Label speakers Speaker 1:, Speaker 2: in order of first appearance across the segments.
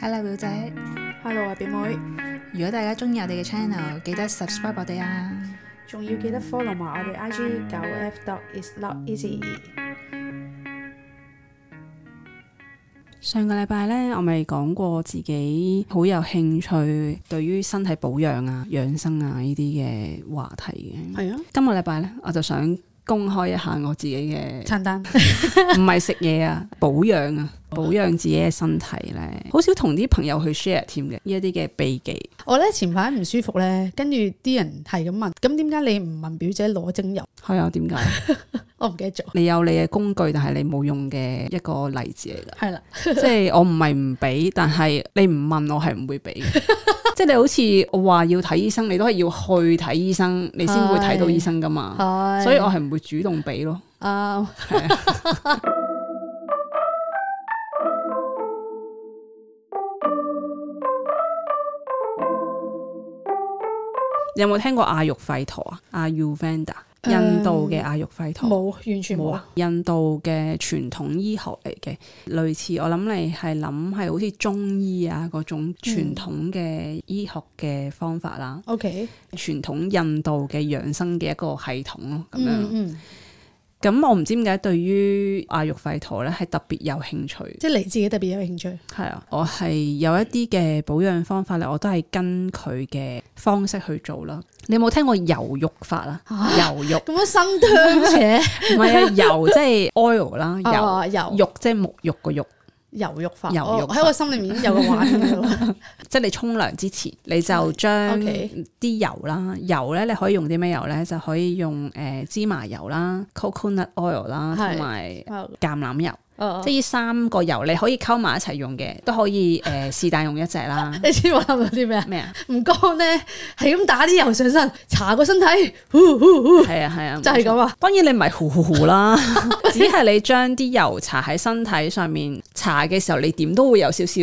Speaker 1: Hello 表姐，
Speaker 2: Hello 啊，表妹，
Speaker 1: 如果大家中意我哋嘅 channel，記得 subscribe 我哋啊！
Speaker 2: 仲要記得 follow 埋我哋 IG 九 F dot is not easy。
Speaker 3: 上個禮拜呢，我咪講過自己好有興趣對於身體保養啊、養生啊呢啲嘅話題嘅。
Speaker 2: 係啊，
Speaker 3: 今個禮拜呢，我就想公開一下我自己嘅，
Speaker 2: 餐單
Speaker 3: 唔係食嘢啊， 保養啊，保養自己嘅身體呢，好少同啲朋友去 share 添嘅呢一啲嘅秘技。
Speaker 2: 我咧前排唔舒服咧，跟住啲人係咁問，咁點解你唔問表姐攞精油？
Speaker 3: 係啊，點解？
Speaker 2: 我唔記得咗。
Speaker 3: 你有你嘅工具，但係你冇用嘅一個例子嚟㗎。
Speaker 2: 係啦，
Speaker 3: 即係我唔係唔俾，但係你唔問我係唔會俾嘅。即係你好似我話要睇醫生，你都係要去睇醫生，你先會睇到醫生噶嘛。
Speaker 2: 係
Speaker 3: 所以我係唔會主動俾咯。啊
Speaker 2: 啊，
Speaker 3: 有冇聽過阿育吠陀啊？阿 u v a n d a
Speaker 2: 嗯
Speaker 3: 印度嘅阿育吠陀。
Speaker 2: 冇，完全冇啊。！
Speaker 3: 印度嘅傳統醫學嚟嘅，類似我諗你係諗係好似中醫啊嗰種傳統嘅醫學嘅方法啦，
Speaker 2: OK，
Speaker 3: 傳統印度嘅養生嘅一個系統咯，咁樣啊咯。
Speaker 2: 嗯嗯，
Speaker 3: 咁我唔知點解對於阿育吠陀咧係特別有興趣，
Speaker 2: 即係你自己特別有興趣。
Speaker 3: 係啊，我係有一啲嘅保養方法咧，我都係跟佢嘅方式去做啦。你有冇聽過油浴法啊？油 浴
Speaker 2: 咁樣新 term
Speaker 3: 唔
Speaker 2: 嘅
Speaker 3: 係啊，油即係 oil 啦，油
Speaker 2: 啊油
Speaker 3: 浴即係沐浴個浴，
Speaker 2: 油肉法，
Speaker 3: 油
Speaker 2: 我
Speaker 3: 肉法
Speaker 2: 喺我心裏面已經有個畫面喺 度。
Speaker 3: 即係你沖涼之前你就將
Speaker 2: OK
Speaker 3: 啲油啦，油咧你可以用啲咩油咧？就可以用誒、呃芝麻油啦、coconut oil 啦，
Speaker 2: 係
Speaker 3: 同埋
Speaker 2: 啊
Speaker 3: 橄欖油。
Speaker 2: 啊
Speaker 3: 即係呢三個油你可以溝埋一齊用嘅，都可以誒是但用一隻啦。
Speaker 2: 你知我諗到啲咩啊？
Speaker 3: 咩啊？
Speaker 2: 唔乾咧，係咁打啲油上身，搽個身體，
Speaker 3: 係啊係啊，
Speaker 2: 就係咁啊
Speaker 3: 冇錯。當然你唔係糊糊糊 啦， 只係你將啲油搽喺身體上面，搽嘅時候你點都會有少少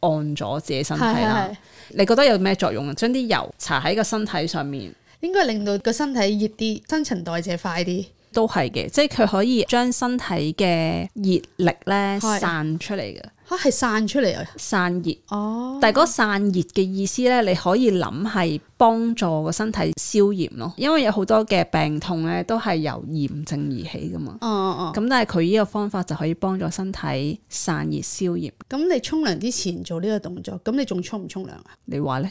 Speaker 3: 按咗自己身體
Speaker 2: 係係
Speaker 3: 啦
Speaker 2: 係。
Speaker 3: 你覺得有咩作用啊？將啲油搽喺個身體上面。
Speaker 2: 應該令到個身體熱啲，新陳代謝快啲。
Speaker 3: 都係嘅，即係佢可以將身體嘅熱力咧
Speaker 2: 係
Speaker 3: 散出嚟嘅，
Speaker 2: 嚇、係散出嚟啊！
Speaker 3: 散熱。
Speaker 2: 哦，
Speaker 3: 但係嗰散熱嘅意思咧，你可以諗係幫助個身體消炎咯，因為有好多嘅病痛咧都係由炎症而起噶嘛。
Speaker 2: 哦哦，
Speaker 3: 咁但係佢呢個方法就可以幫助身體散熱消炎。
Speaker 2: 咁你沖涼之前做呢個動作，咁你仲沖唔沖涼啊？
Speaker 3: 你話咧？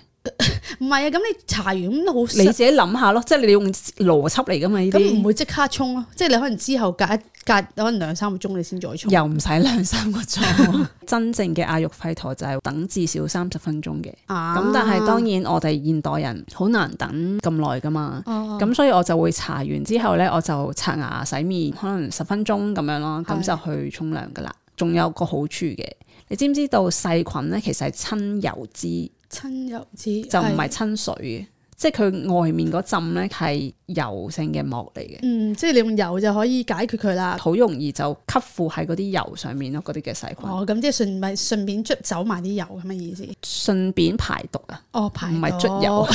Speaker 2: 唔係啊，咁你搽完咁好
Speaker 3: 你
Speaker 2: 濕，
Speaker 3: 自己諗下咯，即係你用邏輯嚟噶嘛呢
Speaker 2: 咁唔
Speaker 3: 啲，
Speaker 2: 會即刻沖咯，即係你可能之後隔一隔可能兩三個鐘你先再沖。
Speaker 3: 又唔使兩三個 鐘。真正嘅阿育吠陀就係等至少三十分鐘嘅。
Speaker 2: 啊
Speaker 3: 咁但係當然我哋現代人好難等咁耐噶嘛，
Speaker 2: 哦
Speaker 3: 咁、所以我就會搽完之後呢，我就刷牙洗面，可能十分鐘咁樣咯，咁
Speaker 2: 係
Speaker 3: 就去沖涼噶啦。仲有個好處嘅，你知唔知道細菌呢其實係親油脂，
Speaker 2: 親油脂
Speaker 3: 就唔係親水嘅，即係佢外面嗰浸呢係油性嘅膜嚟嘅，
Speaker 2: 嗯，即係你用油就可以解決佢啦。
Speaker 3: 好容易就吸附喺嗰啲油上面咯，嗰啲嘅細菌，
Speaker 2: 哦，咁即係順咪順便捽走埋啲油咁嘅意思。
Speaker 3: 順便排毒啊。
Speaker 2: 哦，排
Speaker 3: 唔係捽油啊
Speaker 2: 油，，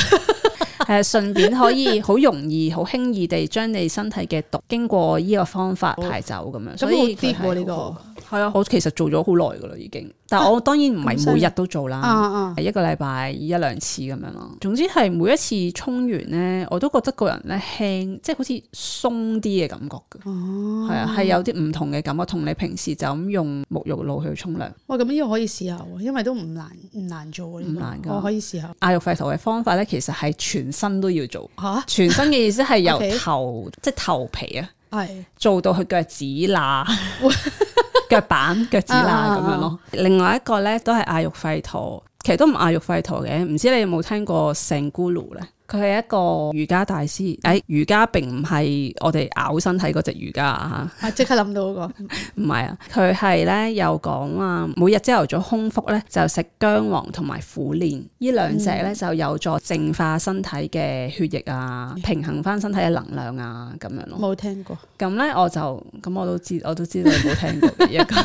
Speaker 3: 係呃順便可以好容易、好輕易地將你身體嘅毒經過呢個方法排走咁樣，所
Speaker 2: 咁好
Speaker 3: 以
Speaker 2: 啲
Speaker 3: 佢
Speaker 2: 喎呢
Speaker 3: 係
Speaker 2: 個啊
Speaker 3: 好好。係啊，我其實做咗好耐噶啦已經，但係我當然唔
Speaker 2: 咁
Speaker 3: 係
Speaker 2: 犀利
Speaker 3: 每日都做
Speaker 2: 啊
Speaker 3: 啦，
Speaker 2: 啊
Speaker 3: 係一個禮拜一兩次咁樣咯。總之係每一次沖完咧，我都覺得個人咧輕，即係好似鬆啲嘅感覺㗎。
Speaker 2: 哦，
Speaker 3: 係啊，係有啲唔同嘅感覺，同你平時就咁用沐浴露去沖涼。
Speaker 2: 哇，咁呢個可以試下喎，因為都唔難唔難做喎，
Speaker 3: 唔難
Speaker 2: 呢
Speaker 3: 㗎
Speaker 2: 個我可以試下。
Speaker 3: 阿育吠陀嘅方法咧，其實係全身都要做。
Speaker 2: 吓，
Speaker 3: 全身嘅意思係 由
Speaker 2: OK
Speaker 3: 頭即係頭皮啊，
Speaker 2: 係
Speaker 3: 做到佢腳趾罅、 腳板、腳趾罅咁樣咯。另外一個咧都係阿育吠陀，其實都唔阿育吠陀嘅，唔知你有冇聽過聖姑魯咧？佢係一個瑜伽大師，誒、哎瑜伽並唔係我哋咬身體嗰只瑜伽啊，
Speaker 2: 啊，即刻諗到嗰個，
Speaker 3: 唔係啊，佢係咧有講啊，每日朝頭早空腹咧就食姜黃同埋苦練，呢兩隻咧就有助淨化身體嘅血液啊，平衡翻身體嘅能量啊咁樣咯。
Speaker 2: 冇聽過。
Speaker 3: 咁咧我就咁我都知，我都知道你冇聽過呢一個，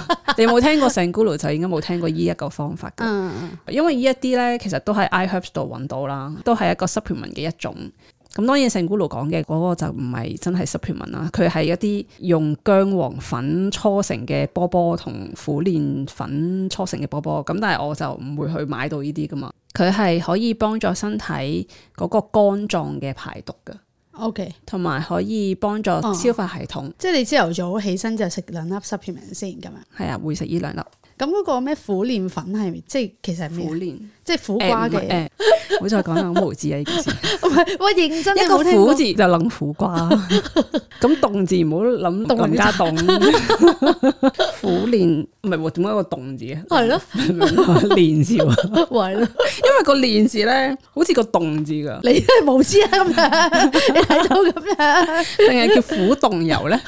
Speaker 3: 你冇聽過聖咕嚕就應該冇聽過呢一個方法嘅，
Speaker 2: 嗯，
Speaker 3: 因為呢一啲咧其實都喺 iHerbs 度揾到啦，都係一個 supplement 嘅一種。咁當然聖古魯講嘅嗰個就唔係真係 supplement 啦，佢係一啲用姜黃粉搓成嘅波波同苦練粉搓成嘅波波。咁但係我就唔會去買到呢啲噶嘛。佢係可以幫助身體嗰個肝臟嘅排毒嘅，
Speaker 2: O K，
Speaker 3: 同埋可以幫助消化系統。
Speaker 2: 即係你朝頭早起身就食兩粒 supplement 先咁樣。
Speaker 3: 係啊，會食呢兩粒
Speaker 2: 咁嗰個咩苦練粉係即係其實係
Speaker 3: 苦
Speaker 2: 咩？啊
Speaker 3: 練。
Speaker 2: 即係苦
Speaker 3: 誒
Speaker 2: 瓜
Speaker 3: 唔係
Speaker 2: 嘅。
Speaker 3: 誒唔好再講啦，好無知啊！呢件 事
Speaker 2: 喂，認真
Speaker 3: 一
Speaker 2: 你
Speaker 3: 個
Speaker 2: 冇聽
Speaker 3: 苦
Speaker 2: 過
Speaker 3: 字就諗苦 瓜，咁凍字唔好諗林家凍，苦練唔係喎，點解個凍字啊？
Speaker 2: 係 咯，
Speaker 3: 練字喎，
Speaker 2: 喂咯，
Speaker 3: 因為個練字咧，好似個凍字㗎，
Speaker 2: 你真係無知啊 咁樣，你睇到咁樣
Speaker 3: 定係叫苦凍油 咧？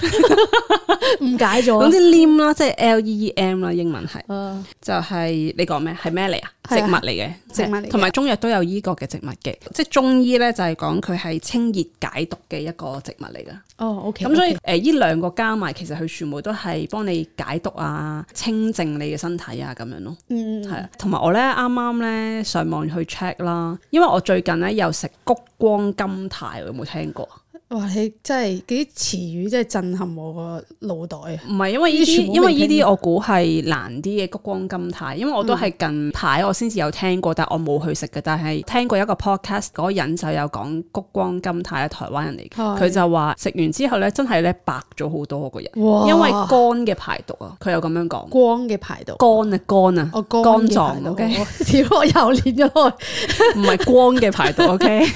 Speaker 2: 誤解
Speaker 3: 總
Speaker 2: 咗。
Speaker 3: 之黏啦，即係 L E E M 啦，英文係
Speaker 2: 啊
Speaker 3: 就係你講咩？係咩嚟啊？植
Speaker 2: 係啊
Speaker 3: 物嚟嘅，
Speaker 2: 植物嚟嘅
Speaker 3: 同埋中藥都有依個嘅植物嘅，即係中醫咧就係講佢係清熱解毒嘅一個植物嚟㗎。
Speaker 2: 哦，OK，
Speaker 3: 咁所以
Speaker 2: OK
Speaker 3: 誒，依兩個加埋，其實佢全部都係幫你解毒啊、清靜你嘅身體啊咁樣咯。
Speaker 2: 嗯
Speaker 3: 係啊，同埋我咧啱啱咧上網去 check 啦，因為我最近咧又食谷光金泰，有冇聽過？
Speaker 2: 哇！你真係嗰啲詞語真係震撼我個腦袋啊！
Speaker 3: 唔係因為呢
Speaker 2: 呢啲全
Speaker 3: 啲，
Speaker 2: 部
Speaker 3: 因為
Speaker 2: 未
Speaker 3: 呢
Speaker 2: 聽
Speaker 3: 啲我估係難啲嘅谷光金泰，因為我都係
Speaker 2: 嗯
Speaker 3: 近排我先至有聽過，但我冇去食嘅。但係聽過一個 podcast 嗰個人就有講谷光金泰係台灣人嚟嘅，
Speaker 2: 係
Speaker 3: 佢就話食完之後咧真係咧白咗好多個人。
Speaker 2: 哇
Speaker 3: 因為肝嘅排毒啊，佢有咁樣講。
Speaker 2: 光嘅排毒，
Speaker 3: 肝啊，肝啊，
Speaker 2: 我
Speaker 3: 肝
Speaker 2: 肝
Speaker 3: 臟
Speaker 2: 嘅
Speaker 3: OK，
Speaker 2: 排毒屌我又練咗落去。
Speaker 3: 唔係光嘅排 毒，OK，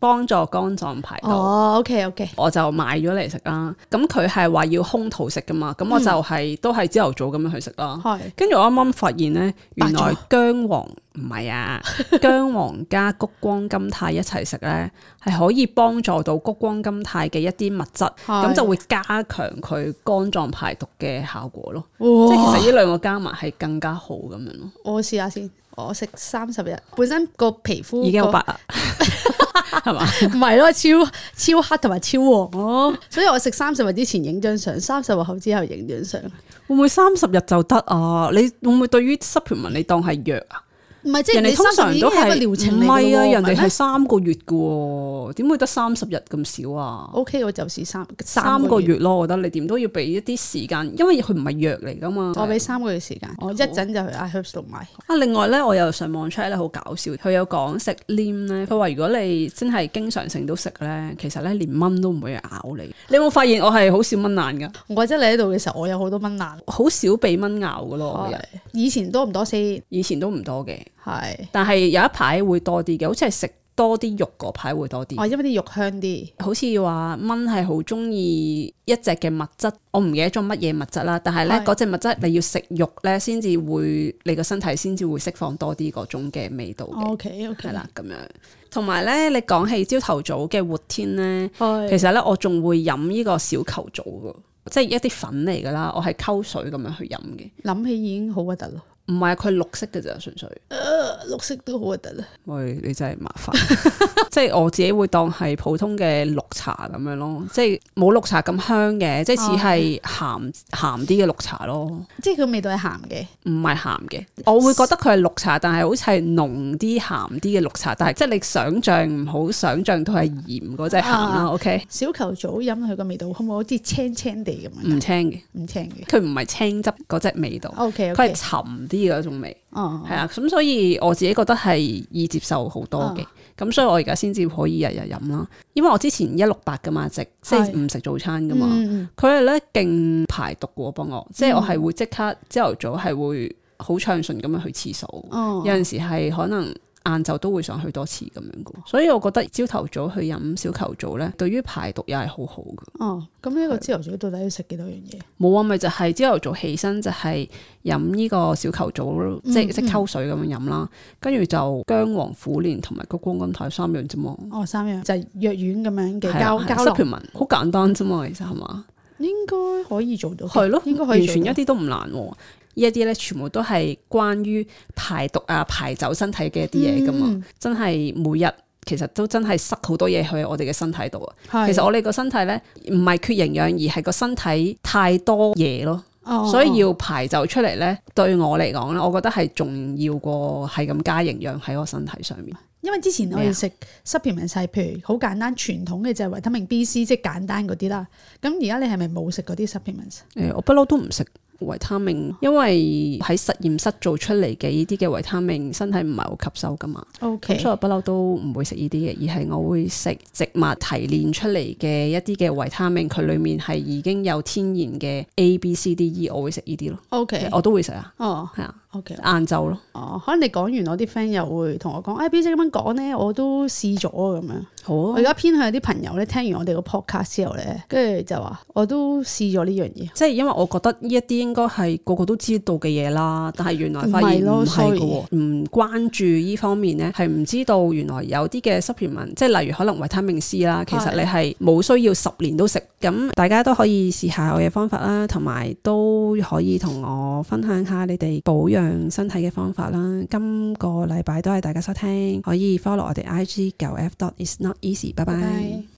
Speaker 3: 幫助肝臟排毒。
Speaker 2: 哦，OK OK，
Speaker 3: 我就買咗嚟食啦，咁佢係話要空肚食噶嘛，咁
Speaker 2: 嗯
Speaker 3: 我就係、都係朝頭早咁樣去食啦。
Speaker 2: 係
Speaker 3: 跟住我啱啱發現咧，原
Speaker 2: 白
Speaker 3: 來姜黃唔係 啊，姜黃加谷光金泰一齊食咧，係可以幫助到谷光金泰嘅一啲物質，咁
Speaker 2: 係
Speaker 3: 就會加強佢肝臟排毒嘅效果咯。即係
Speaker 2: 哇！
Speaker 3: 其實呢兩個加埋係更加好咁樣咯，
Speaker 2: 我試下先，我食三十日，本身個皮膚
Speaker 3: 已經好
Speaker 2: 個
Speaker 3: 白啦，係嘛？
Speaker 2: 唔係咯，超超黑同埋超黃 咯，所以我食三十日之前影張相，三十日後之後影張相。
Speaker 3: 會唔會三十日就得啊？你會唔會對於 supplement 你當係藥啊？
Speaker 2: 唔係即係
Speaker 3: 人
Speaker 2: 你
Speaker 3: 哋通
Speaker 2: 三十
Speaker 3: 常
Speaker 2: 日
Speaker 3: 都
Speaker 2: 係一個
Speaker 3: 係
Speaker 2: 療程
Speaker 3: 唔
Speaker 2: 嚟㗎
Speaker 3: 係啊？
Speaker 2: 喎
Speaker 3: 人哋
Speaker 2: 唔係
Speaker 3: 係
Speaker 2: 咩
Speaker 3: 三個月嘅喎，點會得三十日咁少啊？
Speaker 2: OK，我就試三
Speaker 3: 三個
Speaker 2: 個月，
Speaker 3: 月咯，我覺得你點都要俾一啲時間，因為佢唔係藥嚟噶嘛。
Speaker 2: 我俾三個月時間，
Speaker 3: 哦
Speaker 2: 我一陣就去 iHerb 度買。
Speaker 3: 啊，另外咧，我又上網 check 咧，好搞笑，佢有講食黏咧，佢話如果你真係經常性都食咧，其實咧連蚊都唔會咬你。你有冇發現我係好少蚊爛噶？
Speaker 2: 我即係你喺度嘅時候，我有好多蚊爛。
Speaker 3: 好少被蚊咬噶咯，我個人
Speaker 2: 係以前多唔多先？
Speaker 3: 以前都唔多嘅，
Speaker 2: 係，
Speaker 3: 但係有一排會多啲嘅，好似係食多啲肉嗰排會多啲。
Speaker 2: 哦，因為啲肉香啲。
Speaker 3: 好似話蚊係好中意一隻嘅物質，我唔記得咗乜嘢物質啦。但係咧
Speaker 2: 係
Speaker 3: 嗰隻物質你要食肉咧，先至會你個身體先至會釋放多啲嗰種嘅味道嘅，
Speaker 2: OK
Speaker 3: 係
Speaker 2: OK
Speaker 3: 啦，咁樣。同埋咧，你講起朝頭早嘅活天咧，
Speaker 2: 係
Speaker 3: 其實咧我仲會飲呢個小球藻㗎，即係一啲粉嚟㗎啦，我係溝水咁樣去飲嘅，
Speaker 2: 諗起已經好核突咯，
Speaker 3: 唔係啊佢綠色嘅咋，純粹。呃
Speaker 2: 綠色都好核突啦。
Speaker 3: 喂，你真係麻煩， 即係我自己會當係普通嘅綠茶咁樣咯，即係冇綠茶咁香嘅，即係似
Speaker 2: 哦
Speaker 3: 係鹹鹹啲嘅綠茶咯，唔
Speaker 2: 即係佢味道係鹹嘅。
Speaker 3: 係鹹嘅。我會覺得佢係綠茶，但係好似係濃啲鹹啲嘅綠茶，但係即係你想像唔好想像到係鹽嗰只鹹啦。
Speaker 2: 啊
Speaker 3: OK，
Speaker 2: 小球早飲佢個味道，可唔可以好似青青地咁樣？
Speaker 3: 唔清嘅，
Speaker 2: 唔青嘅。
Speaker 3: 佢唔係清汁嗰只味道，
Speaker 2: OK
Speaker 3: 嗯佢係
Speaker 2: OK，
Speaker 3: 沉啲嘅嗰種味。
Speaker 2: 哦
Speaker 3: 係啊，咁所以我自己覺得係易接受好多
Speaker 2: 啊
Speaker 3: 嘅，咁、所以我而家先至可以日日飲啦。因為我之前一六八噶嘛，直即係
Speaker 2: 係
Speaker 3: 唔食早餐噶嘛，
Speaker 2: 嗯，
Speaker 3: 佢係咧勁排毒嘅喎幫我，即係我係會即刻朝頭早係會好暢順咁樣去廁所，
Speaker 2: 哦
Speaker 3: 有陣時係可能。晏晝都會想去多次咁樣嘅，所以我覺得朝頭早去飲小球藻咧，對於排毒又係好好嘅。
Speaker 2: 哦，咁呢個朝頭早到底要食幾多樣嘢？
Speaker 3: 冇啊，咪就係朝頭早起身就係飲呢個小球藻
Speaker 2: 嗯
Speaker 3: 咯，即係即係溝水咁樣飲啦。跟住就姜黃苦練同埋谷光金泰三樣啫嘛。
Speaker 2: 哦，三樣就係藥丸咁樣嘅
Speaker 3: 係啊係啊
Speaker 2: 膠膠
Speaker 3: 濕
Speaker 2: 囊，
Speaker 3: 條紋好簡單啫嘛，其實係嘛？
Speaker 2: 應該可以做到嘅。
Speaker 3: 係咯，
Speaker 2: 應該可
Speaker 3: 完
Speaker 2: 以做
Speaker 3: 全一
Speaker 2: 到。
Speaker 3: 啲都唔難喎。呢一啲咧，全部都係關於排毒啊、排走身體嘅一啲嘢噶嘛。
Speaker 2: 嗯
Speaker 3: 真係每日其實都真係塞好多嘢去我哋嘅身體度啊。
Speaker 2: 係
Speaker 3: 其實我哋個身體咧唔係缺營養，而係個身體太多嘢咯。
Speaker 2: 哦
Speaker 3: 所以
Speaker 2: 哦
Speaker 3: 要排走出嚟咧，對我嚟講咧，我覺得係重要過係咁加營養喺我身體上面。
Speaker 2: 因為之前我
Speaker 3: 咩啊
Speaker 2: 哋食 supplement 係譬如好簡單傳統嘅就係維他命 B、C，即係簡單嗰啲啦。咁而家你係咪冇食嗰啲 supplements？
Speaker 3: 誒，
Speaker 2: 啊
Speaker 3: 我不嬲都唔食維他命，因為喺實驗室做出嚟嘅呢啲嘅維他命，身體唔係好吸收噶嘛。
Speaker 2: O
Speaker 3: 咁
Speaker 2: K，
Speaker 3: 所以我不嬲都唔會食呢啲嘅，而係我會食植物提煉出嚟嘅一啲嘅維他命，佢裡面係已經有天然嘅 A、B、C、D、E，我會食呢啲咯。
Speaker 2: O K，
Speaker 3: 我都會食啊，
Speaker 2: 哦
Speaker 3: 係啊，
Speaker 2: ，O K，
Speaker 3: 晏晝咯，
Speaker 2: 哦，可能你講完，我啲 friend 又會同我講，哎，表姐咁樣講咧，我都試咗咁樣。
Speaker 3: 好
Speaker 2: 我
Speaker 3: 啊
Speaker 2: 而，家偏向有啲朋友咧，聽完我哋個 podcast 之後咧，跟住就話我都試咗呢樣嘢。
Speaker 3: 即係因為我覺得呢一啲應該係個個都知道嘅嘢啦，但係原來發現唔
Speaker 2: 唔係咯
Speaker 3: 係嘅
Speaker 2: ，sorry
Speaker 3: 喎，唔關注呢方面呢，係唔知道原來有啲嘅 supplement，即係例如可能維他命 C 啦，其實
Speaker 2: 係
Speaker 3: 你係冇需要十年都食，咁大家都可以試下我嘅方法啦，同埋都可以同我分享下你哋保養身體嘅方法啦。今個禮拜都係大家收聽，可以 follow 我哋 IG 九 F dot is not easy，拜拜。